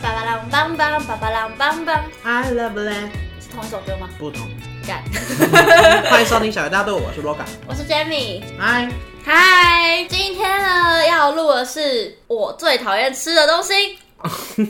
啷梆梆，巴巴啷梆梆， I love land，是同一首歌吗？不同。干，欢迎收听小鱼大队，我是 Loga。 我是 Jamie，哎，嗨，今天呢要录的是我最讨厌吃的东西，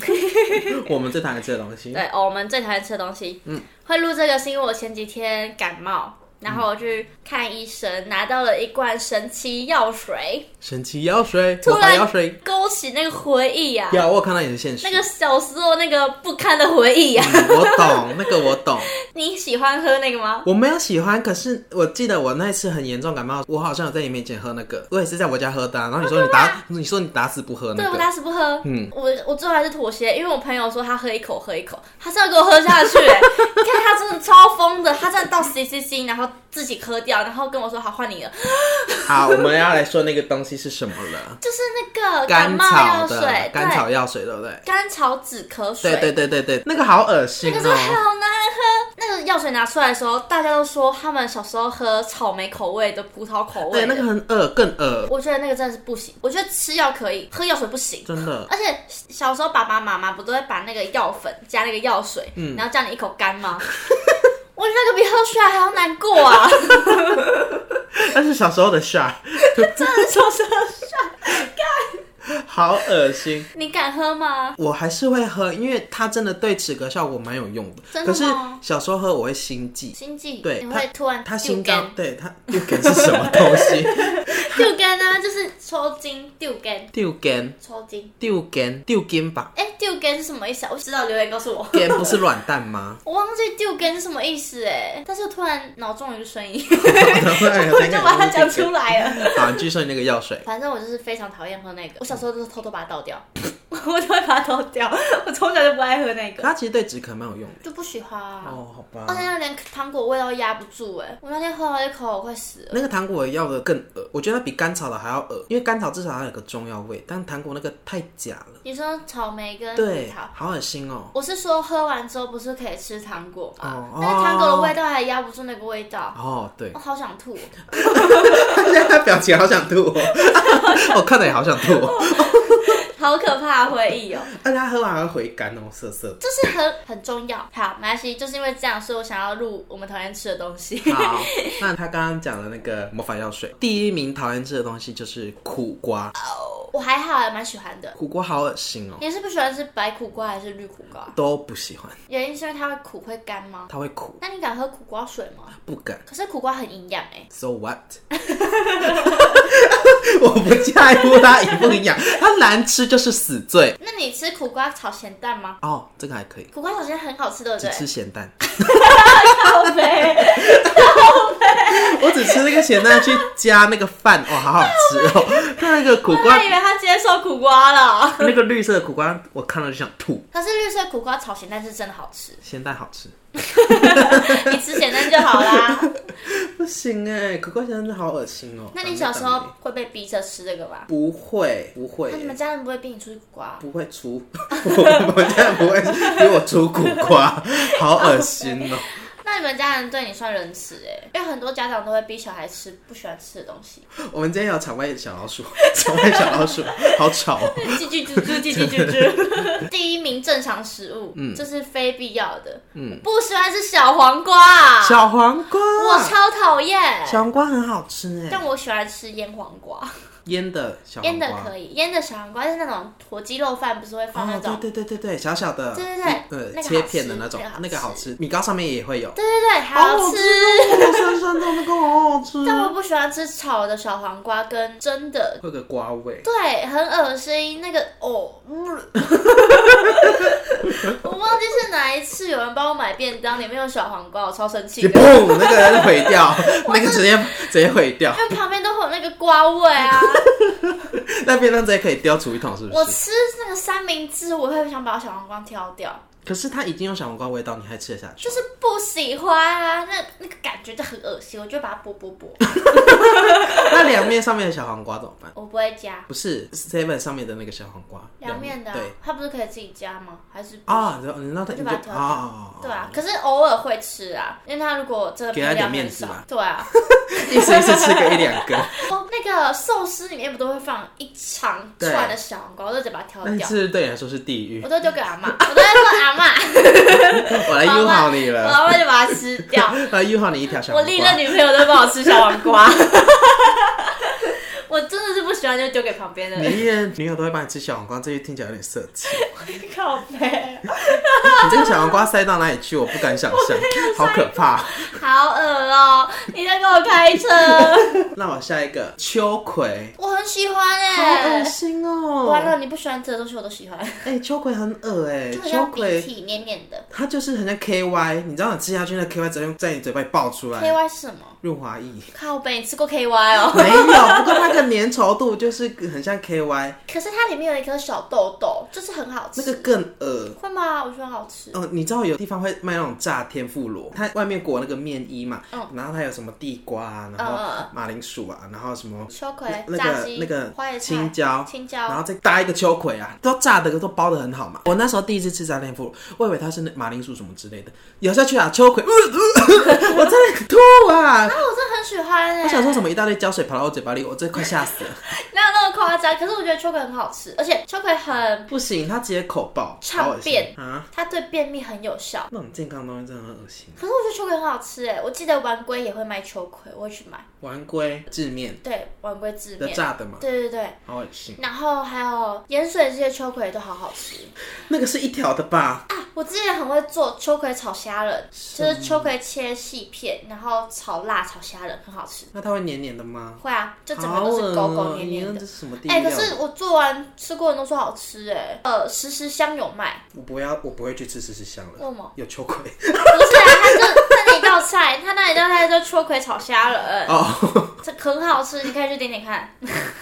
我们最讨厌吃的东西。对，哦我们最讨厌吃的东西。嗯，会录这个是因为我前几天感冒。然后我去看医生，拿到了一罐神奇药水，神奇药水，突魔法然药水。勾起那个回忆呀、有，我有看到你的现实。那个小时候那个不堪的回忆呀、啊嗯我懂， 那个我懂。你喜欢喝那个吗？我没有喜欢，可是我记得我那次很严重感冒，我好像有在你面前喝那个，我也是在我家喝的啊、然后哦你说你打，你说你打死不喝对那我个，打死不喝。嗯我我最后还是妥协，因为我朋友说他喝一口喝一口，他真的给我喝下去、欸。 你看他真的超疯的，他真的到 C C C，然后自己喝掉，然后跟我说好换你了，好，我们要来说那个东西是什么了？就是那个感甘冒药草水，的对，甘草药水，对不对？甘草止咳水，对对对对对，那个好恶心那个真的哦！好难喝。那个药水拿出来的时候，大家都说他们小时候喝草莓口味的、葡萄口味的，对，那个很恶，更恶，我觉得那个真的是不行。我觉得吃药可以，喝药水不行。真的。而且小时候爸爸妈妈不都会把那个药粉加那个药水，嗯然后叫你一口干 吗？我觉得那个比喝血还要难过啊！但是小时候的事儿，真的是小时候好恶心。你敢喝吗？我还是会喝，因为它真的对止咳效果蛮有用的。真的可是吗小时候喝我会心悸，心悸，对你他会突然它丢心肝脏，对它丢肝是什么东西？ 丢肝呢就是抽筋，丢肝，丢肝，抽筋。丢肝，丢肝吧？哎，丢肝是什么意思啊？我不知道，留言告诉我。？肝不是软蛋吗 我忘记丢肝是什么意思哎，但是突然脑中有一个声 音，我我就把它讲出。来 了。好，你继续说你那个药水。反正我就是非常讨厌喝那个，我小时候都是偷偷把它倒掉， 我就会把它倒掉，我从小就不爱喝那个，它其实对止咳蛮有用的。就不喜欢啊。哦，好而且吧。那连糖果味道压不住哎、我那天喝了一口，我快死了。那个糖果要的更恶，我觉得它比甘草的还要恶，因为甘草至少它有个中药味，但糖果那个太假了。你说草莓跟对，蜜桃，好恶心哦。我是说喝完之后不是可以吃糖果吗？哦那个糖果的味道还压不住那个味道，哦， 对我、，好想吐。他现在表情好想吐、哦， 我看了也好想吐、哦。好可怕的回忆哦，而且他喝完还会回甘哦，涩涩的。就是很很重要。好，没关系，就是因为这样，所以我想要录我们讨厌吃的东西。 好，那他刚刚讲的那个魔法药水，第一名讨厌吃的东西就是苦瓜，我还好，还蛮喜欢的。苦瓜好恶心哦，你是不喜欢吃白苦瓜还是绿苦瓜？都不喜欢，原因是因为它会苦会干吗？它会苦，那你敢喝苦瓜水吗？不敢。可是苦瓜很营养哎、 So what？我不在乎它营不营养，它难吃就是死罪。那你吃苦瓜炒咸蛋吗？哦，这个还可以，苦瓜炒咸蛋很好吃，对不只对？ 啊吃咸蛋，靠北我只吃那个咸蛋去加那个饭，哦，好好吃 哦。那个苦我瓜还以为他接受苦瓜了。那个绿色的苦瓜，我看了就想吐。可是绿色苦瓜炒咸蛋是真的好 吃，咸蛋好吃，你吃咸蛋就好啦。 不行哎、苦瓜咸蛋真的好恶心哦。那你小时候会被逼着吃这个吗？不会不会那你们家人不会逼你出去苦瓜？不会出，我们家不会给我出苦瓜，好恶心哦。那你们家人对你算仁慈哎、因为很多家长都会逼小孩吃不喜欢吃的东 西。 我们今天有场外小老鼠，场外小老鼠好吵哦。叽叽啾啾，叽叽啾啾。第一名正常食物，嗯这是非必要的。嗯，不喜欢吃小黄瓜啊，小黄瓜，我超讨厌。小黄瓜很好吃哎，但我喜欢吃腌黄瓜，腌的小腌黄的瓜。可以，腌的小黄瓜就是那种火鸡肉饭，不是会放那哦，种对对对对对，小小的，对对对嗯那个呃，切好吃片的那种那个好，吃那个好吃，米糕上面也会有，对对对，好吃。哦酸酸的那个好好吃，但我不喜欢吃炒的小黄瓜跟蒸的，会有个瓜味。对，很恶心。那个哦，嗯 我忘记是哪一次有人帮我买便当，里面有小黄瓜，我超生气就的。砰，那个人毁 掉， 那个直接直接毁掉，因为旁边都会有那个瓜味 啊！那便当直接可以丢厨一桶，是不我是？吃那个三明治，我会想把小黄瓜挑掉，可是它已经有小黄瓜味道，你还吃得下去就？是不喜欢啊，那那个感觉就很恶心，我就把它剥剥剥，那凉面上面的小黄瓜怎么办？我不会加不是 Seven 上面的那个小黄瓜，凉面的、啊对，它不是可以自己加吗？还是不啊，然后你那它就你把它挑就掉啊，对啊，可是偶尔会吃啊，因为它如果真的给它配料点面很子少 吧，对啊，一次一次吃个一两个，哦，那那个寿司里面不都会放一长串的小黄瓜， 我都直接把它挑但掉，是对你来说是 地狱我。都丢给阿妈，我都在说阿妈， 我来好诱吧哎好你我了，阿妈就把它吃掉。我来诱好你一条小我黄历任瓜。女朋友都帮我吃小黄瓜， 我真的是不喜欢就丢给旁边的你人。一人女友都会帮你吃小黄瓜，这句听起来有点色情。靠背，你这个小黄瓜塞到哪里去？我不敢想象，好可怕。好恶哦、你在给我开 车，那我下一个秋葵，我很喜欢好哎、恶心哦、完了，你不喜欢吃的东西我都喜欢，哎、秋葵很恶哎、 就很秋像鼻葵涕黏黏的。它就是很像 KY，你知道你吃下去那 KY 直接在你嘴巴里爆出 K 来， Y 是什么？润滑液。靠背，你吃过 K Y 哦、没有，不过那个粘稠度就是很像 KY，可是它里面有一颗小豆豆，就是很好吃。那个更恶。会吗？我觉得很好吃。哦，你知道有地方会卖那种炸天妇罗，它外面裹那个面衣嘛，然后它有什么地瓜啊，嗯然后马铃薯啊，然后什么秋葵、那炸个鸡、那个花椰菜、青椒，青然椒后再搭一个秋葵啊，都炸的都包的很好嘛。我那时候第一次吃炸天妇罗，我以为它是那马铃薯什么之类的，咬下去啊，秋葵，呃 呃我真的吐啊！啊，我真的很喜欢哎、我想说什么一大堆胶水跑到我嘴巴里，我真的快吓 死了。哪有那么夸张？可是我觉得秋葵很好吃，而且秋葵很，不行，它直接口爆，唱好恶心遍啊！它对便秘很有效。那种健康的东西真的很恶心。可是我觉得秋葵很好吃哎，我记得丸龟也会卖秋葵，我会去买。丸龟制面对，丸龟制的面。炸的嘛，对对对，好恶心。然后还有盐水鸡的秋葵都好好吃那个是一条的吧？啊！我之前很会做秋葵炒虾仁，就是秋葵切细片，然后炒辣炒虾仁，很好吃。那它会黏黏的吗？会啊，就整个好都是狗恶狗哦黏你那黏这的。是什么地哎、料？可是我做完吃过人都说好吃哎、呃，时时香有卖，我不要，我不会去吃十四香了。为什么？有秋葵不是啊，它就它那一道菜，它那一道菜叫秋葵炒虾仁，哦，这很好吃，你可以去点点看。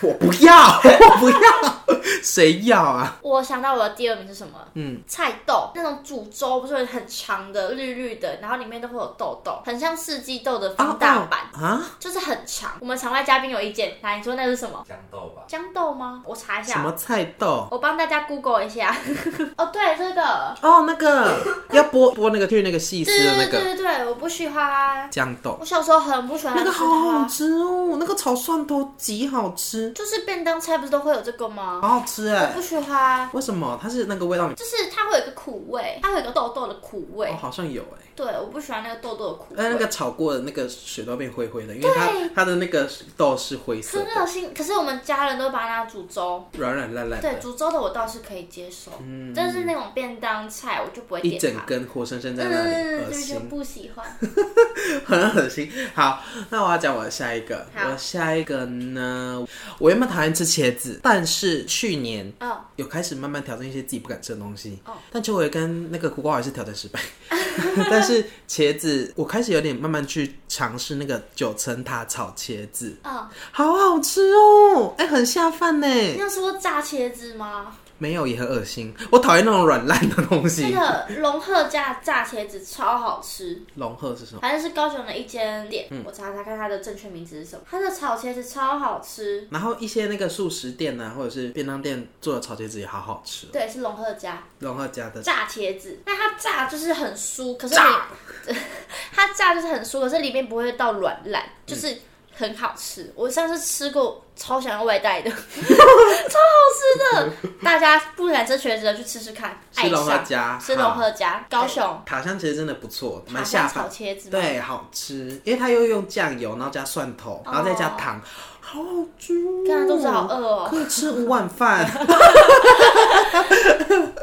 我不要，我不要，谁要啊？我想到我的第二名是什么？嗯，菜豆那种煮粥，不是很长的绿绿的，然后里面都会有豆豆，很像四季豆的放大版，哦啊？就是很长。我们场外嘉宾有意见，来，你说那是什么？讲到吧，豇豆吗？我查一什下，么菜豆？我帮大家 Google 一下。 哦，对，这个。哦，那个要剥剥那个去那个细丝对的对那对个对对，我不喜欢。豇豆我，小时候很不喜欢那吃个好好它，吃哦，那个炒蒜头极好吃，就是便当菜不是都会有这个吗？好好吃哎、不喜欢，为什么？它是那个味道里，就是它会有一个苦味，它会有一个豆豆的苦味哦，。好嗯像有哎、对，我不喜欢那个豆豆的苦但那味。个炒过的那个水都变灰灰的，因为它它的那个豆是灰色很的，恶心，可是我们家人都把它拿来煮粥。软软烂烂对，的，煮粥的我倒是可以接受，但是那种便当菜我就不会嗯一点整它。根活生生在那里，嗯，恶对，就心，不喜欢。 很恶心。好，那我要讲我的下一个，好我下一个呢，我原本讨厌吃茄子，但是去年嗯，有开始慢慢调整一些自己不敢吃的东西。哦但秋葵跟那个苦瓜还是挑战失败。 但是茄子，我开始有点慢慢去尝试那个九层塔炒茄子，嗯，好好吃哦！哎、很下饭呢。你有吃过炸茄子吗？没有也很恶心，我讨厌那种软烂的东那西。个龙鹤炸炸茄子超好吃。龙鹤是什么？反正是高雄的一间店，嗯我查查看它的正确名字是什么。它的炒茄子超好吃，然后一些那个素食店啊，或者是便当店做的炒茄子也好好吃。哦对，是龙鹤家龙鹤家的炸茄子。那它炸就是很酥，可是炸你 它炸就是很酥，可是里面不会到软烂，嗯就是很好吃。我上次吃过，超想要外带 的，超好吃的。大家不敢吃茄子的去吃吃看，爱是龙鹤上。家，吃龙鹤家，高雄好塔香其实真的不错，塔蛮下香饭炒。茄子吗，对，好吃，因为它又用酱油，然后加蒜哦头，然后再加糖，好好吃哦！看来肚子好饿哦。可以吃五 碗饭。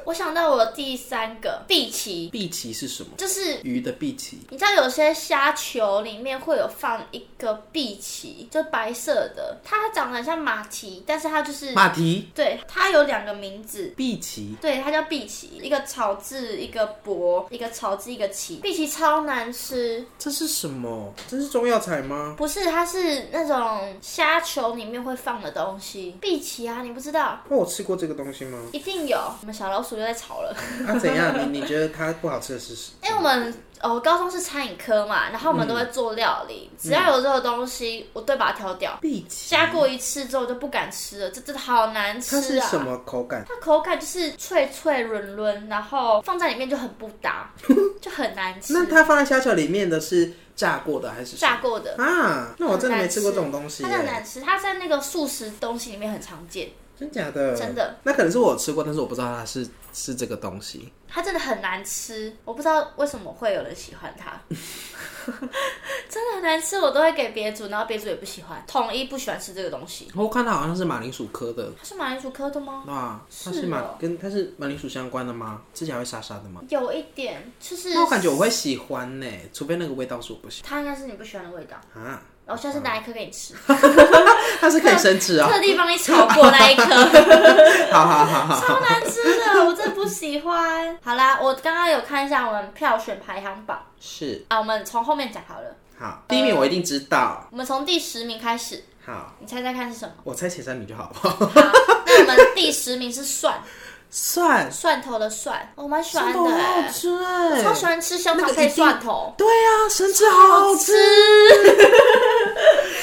我想到我的第三个碧琪，碧琪是什么？就是鱼的碧琪，你知道有些虾球里面会有放一个碧琪，就白色的，它长得很像马蹄，但是它就是马蹄对，它有两个名字。碧琪，对，它叫碧琪，一个草字，一个薄，一个草字，一个琪。碧琪超难吃，这是什么？这是中药材吗？不是，它是那种虾球里面会放的东西。碧琪啊，你不知道，那我吃过这个东西吗？啊一定有。我们小老鼠又在吵了， 那、怎样？你你觉得它不好吃的是什么？因为我们哦，我高中是餐饮科嘛，然后我们都会做料理，只要有这个东西，我都把它挑掉。碧琪，加过一次之后我就不敢吃了，这真的好难吃它啊！是什么口感？它口感就是脆脆润润，然后放在里面就很不搭， 就很难吃。那它放在虾球里面的是炸过的还是什么炸过的，啊？那我真的没吃过这种东西它耶，真的很难吃，它在那个素食东西里面很常见，真假的？真的。那可能是我有吃过，但是我不知道它是是这个东西。它真的很难吃，我不知道为什么会有人喜欢 它，真的很难吃，我都会给别组，然后别组也不喜欢，统一不喜欢吃这个东西。我看它好像是马铃薯科的，它是马铃薯科的吗？啊，它是是马哦跟它是马铃薯相关的吗？吃起来会沙沙的吗？有一点，就是那我感觉我会喜欢呢，除非那个味道是我不喜它应该是你不喜欢的味道。欢啊。然后下次拿一颗给你吃，它嗯是可以生吃哦，特地帮你炒过那 一颗。好 好好 好，超难吃的，我真的不喜欢。好啦，我刚刚有看一下我们票选排行榜是啊，我们从后面讲好了。好。第一名我一定知道，我们从第十名开始，好，你猜猜看是什么？我猜前三名就好了。 好，那我们第十名是蒜，蒜，蒜头的蒜，我蛮喜欢蒜的、头好好欸，吃哎，超喜欢吃香那肠个配一定蒜头，对啊，生吃好好吃，哦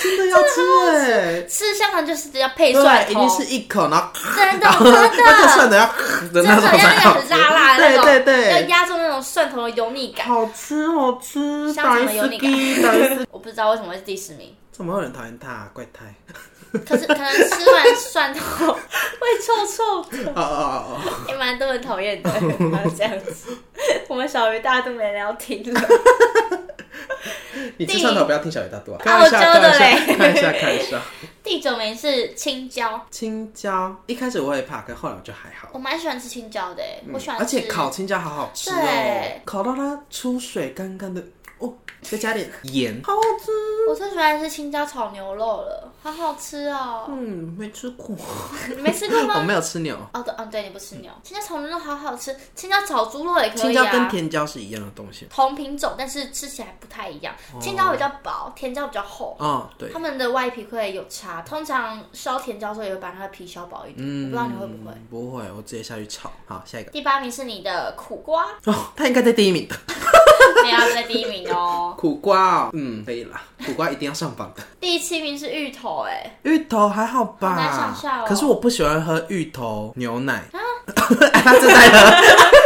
真的要吃哎。吃香肠就是要配蒜对，一头定，哦是一口，然后真的真 那个的。蒜的要的真的 那要种那才个好很吃，辣辣的那种，对对对，要压住那种蒜头的油腻感。好吃好吃，香肠打的一油丝腻感 鸡，打一丝。我不知道为什么会是第十名，怎么会有人讨厌他、啊？怪 胎！可是可能吃完蒜头会臭臭的。哦哦哦哦，也蛮多人讨 厌的，这样子。我们小鱼大家都没人要听了， 你吃蒜头不要听小鱼大肚啊！啊我看一下，教的看一 下，嘞看一下，看一下。第九名是青椒，青椒一开始我也怕，可后来我就还好。我蛮喜欢吃青椒的、欸，我喜欢吃。嗯而且烤青椒好好吃哦对，烤到它出水干干的，哦，再加点盐，好好吃。我最喜欢吃青椒炒牛肉了，好好吃哦、嗯，没吃过，你没吃过 我吗？没有吃牛。哦对，哦对，你不吃牛，青椒炒牛肉好好吃，青椒炒猪肉也可以、啊。青椒跟甜椒是一样的东西。同品种，但是吃起来不太一样。青椒比较薄，甜椒比较厚。哦，对，它们的外皮会有差，通常削甜椒的时候也会把它的皮削薄一点。我不知道你会不会。嗯？不会，我直接下去炒。好，下一个。第八名是你的苦瓜， 哦，它应该在第一名的。没有它在第一名哦。苦瓜、哦，嗯，可以啦，苦瓜一定要上 榜的。第七名是芋头、哎，芋头还好吧，好难想象哦啊可是我不喜欢喝芋头牛奶。 他正在喝，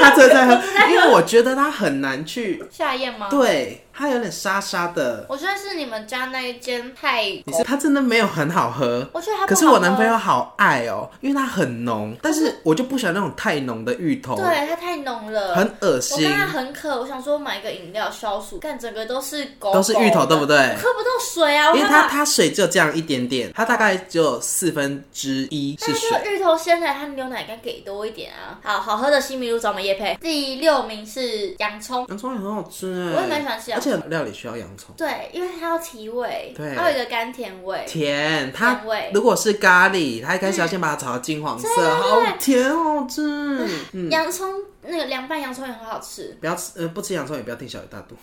他正在喝，因为我觉得它很难去，下一页吗？对，它有点沙沙的。我觉得是你们家那一间太你，是它真的没有很好喝。我觉得它不可好是喝我男朋友好爱哦，因为它很浓，但是我就不喜欢那种太浓的芋头，对它太浓了，很恶我心刚，刚很渴，我想说买个饮料消暑，但整个都是狗狗都是芋头，对不对？对？喝不到水啊，我因为看它到它水只有这样一点点，它大概只有四分之一那是水。就芋头鲜奶，它牛奶该给多一点啊。好好喝的西米露找我们叶配。第六名是洋葱，洋葱也很好吃哎，我也蛮喜欢吃而洋葱且料理需要洋葱，对，因为它要提味，对它有一个甘甜味，甜。它甜味嗯如果是咖喱，它一开始要先把它炒到金黄色，好甜，好 吃。嗯，洋葱那个凉拌洋葱也很好吃。不要吃，呃，不吃洋葱也不要听小鱼大肚。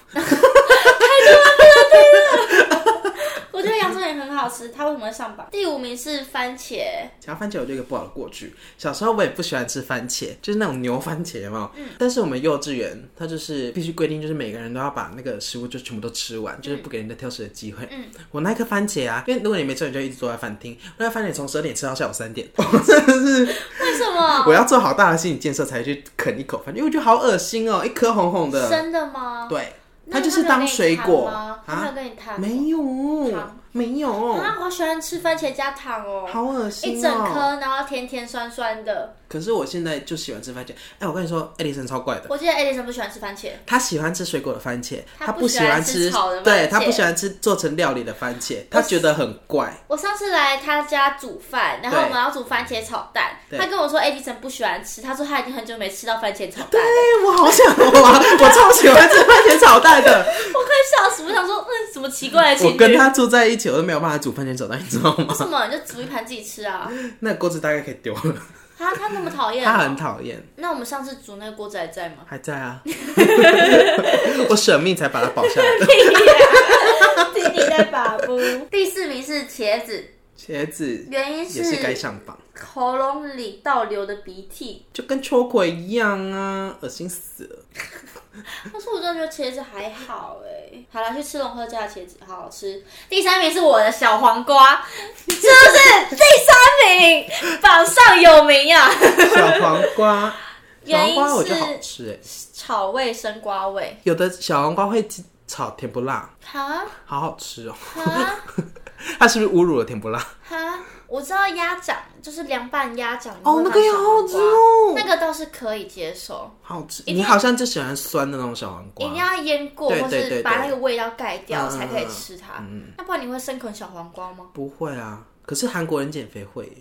我觉得洋葱也很好吃，它为什么会上榜？第五名是番茄，讲到番茄，我就有一个不好的过去。小时候我也不喜欢吃番茄，就是那种牛番茄嘛。嗯。但是我们幼稚园，它就是必须规定，就是每个人都要把那个食物就全部都吃完，嗯就是不给人家挑食的机会。嗯。我那一颗番茄啊，因为如果你没吃，你就一直坐在饭厅。我那番茄从十二点吃到下 午三点，我真的是为什么？ 我要做好大的心理建设才去啃一口饭，因为我觉得好恶心哦、一颗红红的，真的吗？对，那它就是当水果他没有啊，跟你谈吗？没有糖，没有，啊，我喜欢吃番茄加糖哦，好恶一心整哦、颗，然后甜甜酸酸的。可是我现在就喜欢吃番茄，哎、我跟你说，艾迪生超怪的。我记得艾 d 森不喜欢吃番茄，他喜欢吃水果的番茄，他他不喜喜欢欢吃吃炒的，番对茄他不喜欢吃做成料理的番茄，他觉得很怪。我上次来他家煮饭，然后对我们要煮番茄炒蛋，对他跟我说艾 d 森不喜欢吃，他说他已经很久没吃到番茄炒对蛋了，，我好想我啊， 我超喜欢吃番茄炒 蛋的。我快笑死，我想说，嗯，什么奇怪的情我侣？跟他住在一起，我都没有办法煮番茄炒蛋，你知道吗 为？什么你就煮一盘自己吃啊？那锅子大概可以丢了， 他他那么讨厌他哦，很讨厌。那我们上次煮那个锅子还在 吗？还 在啊，我舍命才把它保下来 的。弟弟在把布。 第四名是茄子，茄子原因也是该上榜，喉咙里倒流的鼻涕。就跟秋葵一样啊，恶心死了。但是我真的觉得茄子还好哎、好啦，去吃龙哥家的茄子好好吃。第三名是我的小黄瓜，是不是第三名？榜上有名呀、小黄瓜，小原因黄瓜我觉得是好吃哎、炒味、生瓜味，有的小黄瓜会炒甜不辣，哈好好吃哦、 哈它是不是侮辱了甜不辣？哈！我知道鸭掌就是凉拌鸭掌，哦，那个也好好吃哦、那个倒是可以接受，好吃。定你好像就喜欢酸的那种小黄一瓜定，要腌过对或对是对把那对个味道盖掉嗯才可以吃它。那不然你会生啃小黄瓜吗？不会啊。可是韩国人减肥会，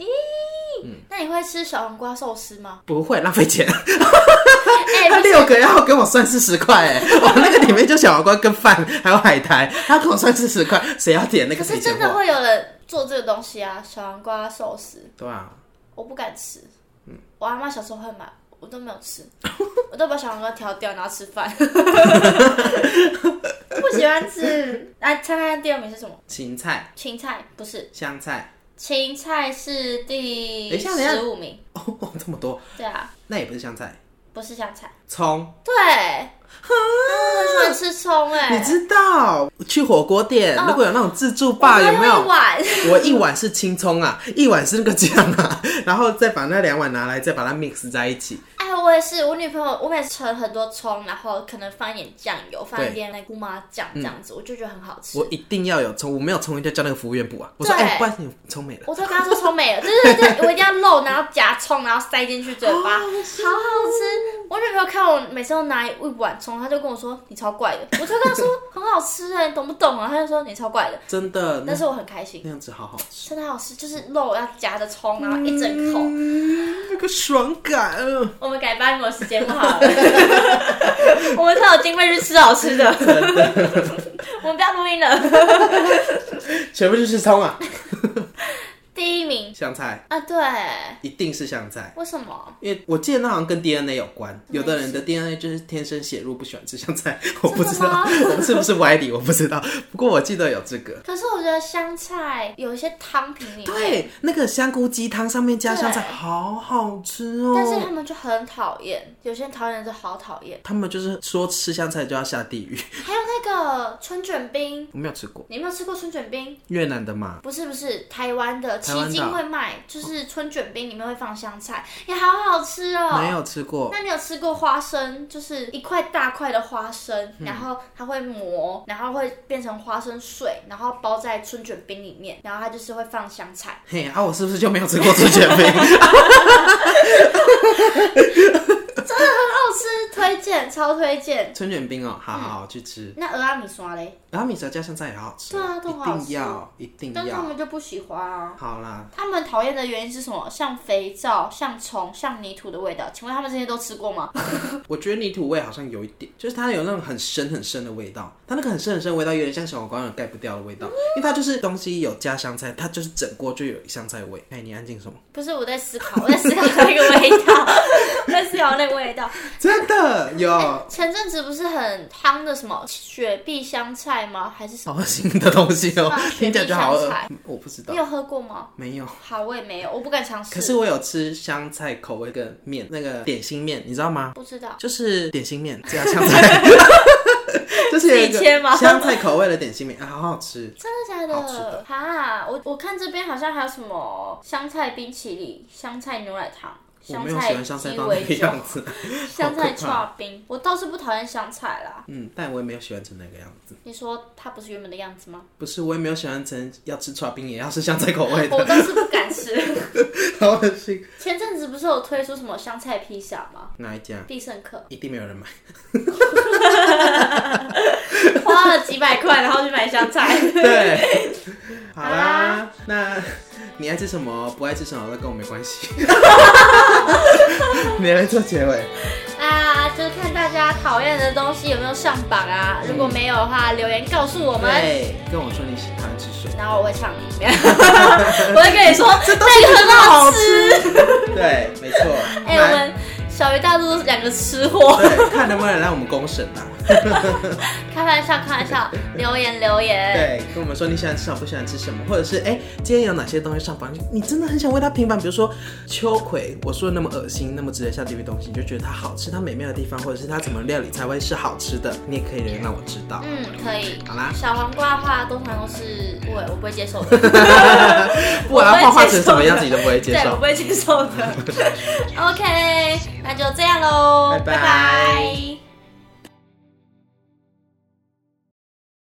嗯那你会吃小黄瓜寿司吗？不会浪费钱。哎、他不是 六个要跟我算四十块， 哎，我那个里面就小黄瓜跟饭 还有海苔，他跟我算四十块，谁要点那个可谁是结真的货？会有人做这个东西啊，小黄瓜寿司，对啊，我不敢吃。我阿妈小时候会买，我都没有 吃，我都把小黄瓜挑掉，然后吃饭。 不喜欢吃。来猜猜第二名是什么？芹菜、青菜不是，香菜，青菜是第等一下等一下十五名。哦， 这么多，对啊，那也不是香菜，不是香 菜。葱，对，我很喜欢吃葱哎、你知道去火锅店如果有那种自助吧，有没我有会？碗？我一碗是青葱啊，一碗是那个酱啊， 然后再把那两碗拿来，再把它 mix 在一起。哎，我也是，我女朋友我每次盛很多葱，然后可能放一点酱油，放一对嗯点那姑妈酱这样子，我就觉得很好吃我。一定要有葱，我没有葱就叫那个服务员补啊。我说，对哎、不然你葱没了。我都跟她说葱没了，对对对，我一定要肉，然后夹葱，然后塞进去嘴巴，好好吃。我女朋友看我每次都拿一碗葱，她就跟我说你超怪的，我就跟她说很好吃哎、你懂不懂啊？她就说你超怪的，真的，那但是我很开心，那样子好好吃，真的好吃，就是肉要夹着葱，然后一整嗯口。那个爽感。呃我们改班模式节目好了， 我们才有经费去吃好吃的。 我们不要录音了。全部就是葱啊，第一名香菜啊，对，一定是香菜。为什么？因为我记得那好像跟 DNA 有关，有的人的 DNA 就是天生写入不喜欢吃香菜， 我不知道是不是歪理，我不知道。不过我记得有这个，可是我觉得香菜有一些汤品里面，对，那个香菇鸡汤上面加香菜，对好好吃哦。但是他们就很讨厌，有些人讨厌就好讨厌。他们就是说吃香菜就要下地狱，还有那个春卷冰， 我没有吃过你有没有吃过春卷冰？越南的嘛，不是不是，台湾的台奇湾的哦啊经会卖，就是春卷冰里面会放香菜，也好好吃哦。没有吃过。那你有吃过花生？就是一块大块的花生，然后它会磨，然后会变成花生碎，然后包在春卷冰里面，然后它就是会放香菜。嘿啊，我是不是就没有吃过春卷饼？ 很好吃，推荐，超推荐。春卷冰哦，好好好去吃。那鹅阿米刷嘞，然后米蛇加香菜也好好吃，哦对啊都很好吃一定要一定但是他要。们就不喜欢啊。好啦，他们讨厌的原因是什么？像肥皂、像虫、像泥土的味道。请问他们这些都吃过吗？我觉得泥土味好像有一点，就是它有那种很深很深的味道，它那个很深很深的味道有点像小黄瓜那种盖不掉的味道，因为它就是东西有加香菜，它就是整锅就有香菜味。哎，你安静什么？不是，我在思考，我在思考那个味道，我在思考那个味道。哎真的有前阵子不是很夯的什么雪碧香菜吗？还是什么？好恶心的东西哦是吗， 听起来就好雪碧恶香菜。我不知道你，有喝过吗？没有。好，我也没有，我不敢尝试。可是我有吃香菜口味的面，那个点心面，你知道吗？不知道，就是点心面加 香菜，就是有一自己切吗个香菜口味的点心面，啊，好好吃。真的假好吃的的？哈，我我看这边好像还有什么香菜冰淇淋、香菜牛奶糖、我没有喜菜欢香菜鸡到那尾个 酒、样子，香菜好可怕串冰。我倒是不讨厌香菜啦。嗯，但我也没有喜欢成那个样子。你说它不是原本的样子吗？不是，我也没有喜欢成要吃刨冰，也要吃香菜口味我的，倒是不敢吃。 好恶心。前阵子不是有推出什么香菜披萨吗？哪一家？必胜客一定没有人买。花了几百块，然后去买香 菜。对，好好啦啦，那你爱吃什么，不爱吃什么，那跟我没关 系。你来做结尾，啊，就是看大家讨厌的东西有没有上榜啊。如果没有的话，留言告诉我们，对，跟我说你喜欢吃什么。然后我会唱里 面，我会跟你说这个很好吃。对，没错。哎、我来们小鱼大叔两个吃货， 对，看能不能让我们公审啊。开玩笑，开玩笑，留言留言，对，跟我们说你喜欢吃什么，不喜欢吃什么，或者是哎、今天有哪些东西上榜，你你真的很想为它平反。比如说秋葵，我说的那么恶心，那么值得下地狱的东西，你就觉得它好吃，它美妙的地方，或者是它怎么料理才会是好吃的，你也可以留言让我知道。嗯，可以。好啦小黄瓜的话，通常都是不会，我不会接 受的。不管它画画成什么样子，你都不会接对，我受 不。会接受的。OK，那就这样喽，拜拜拜拜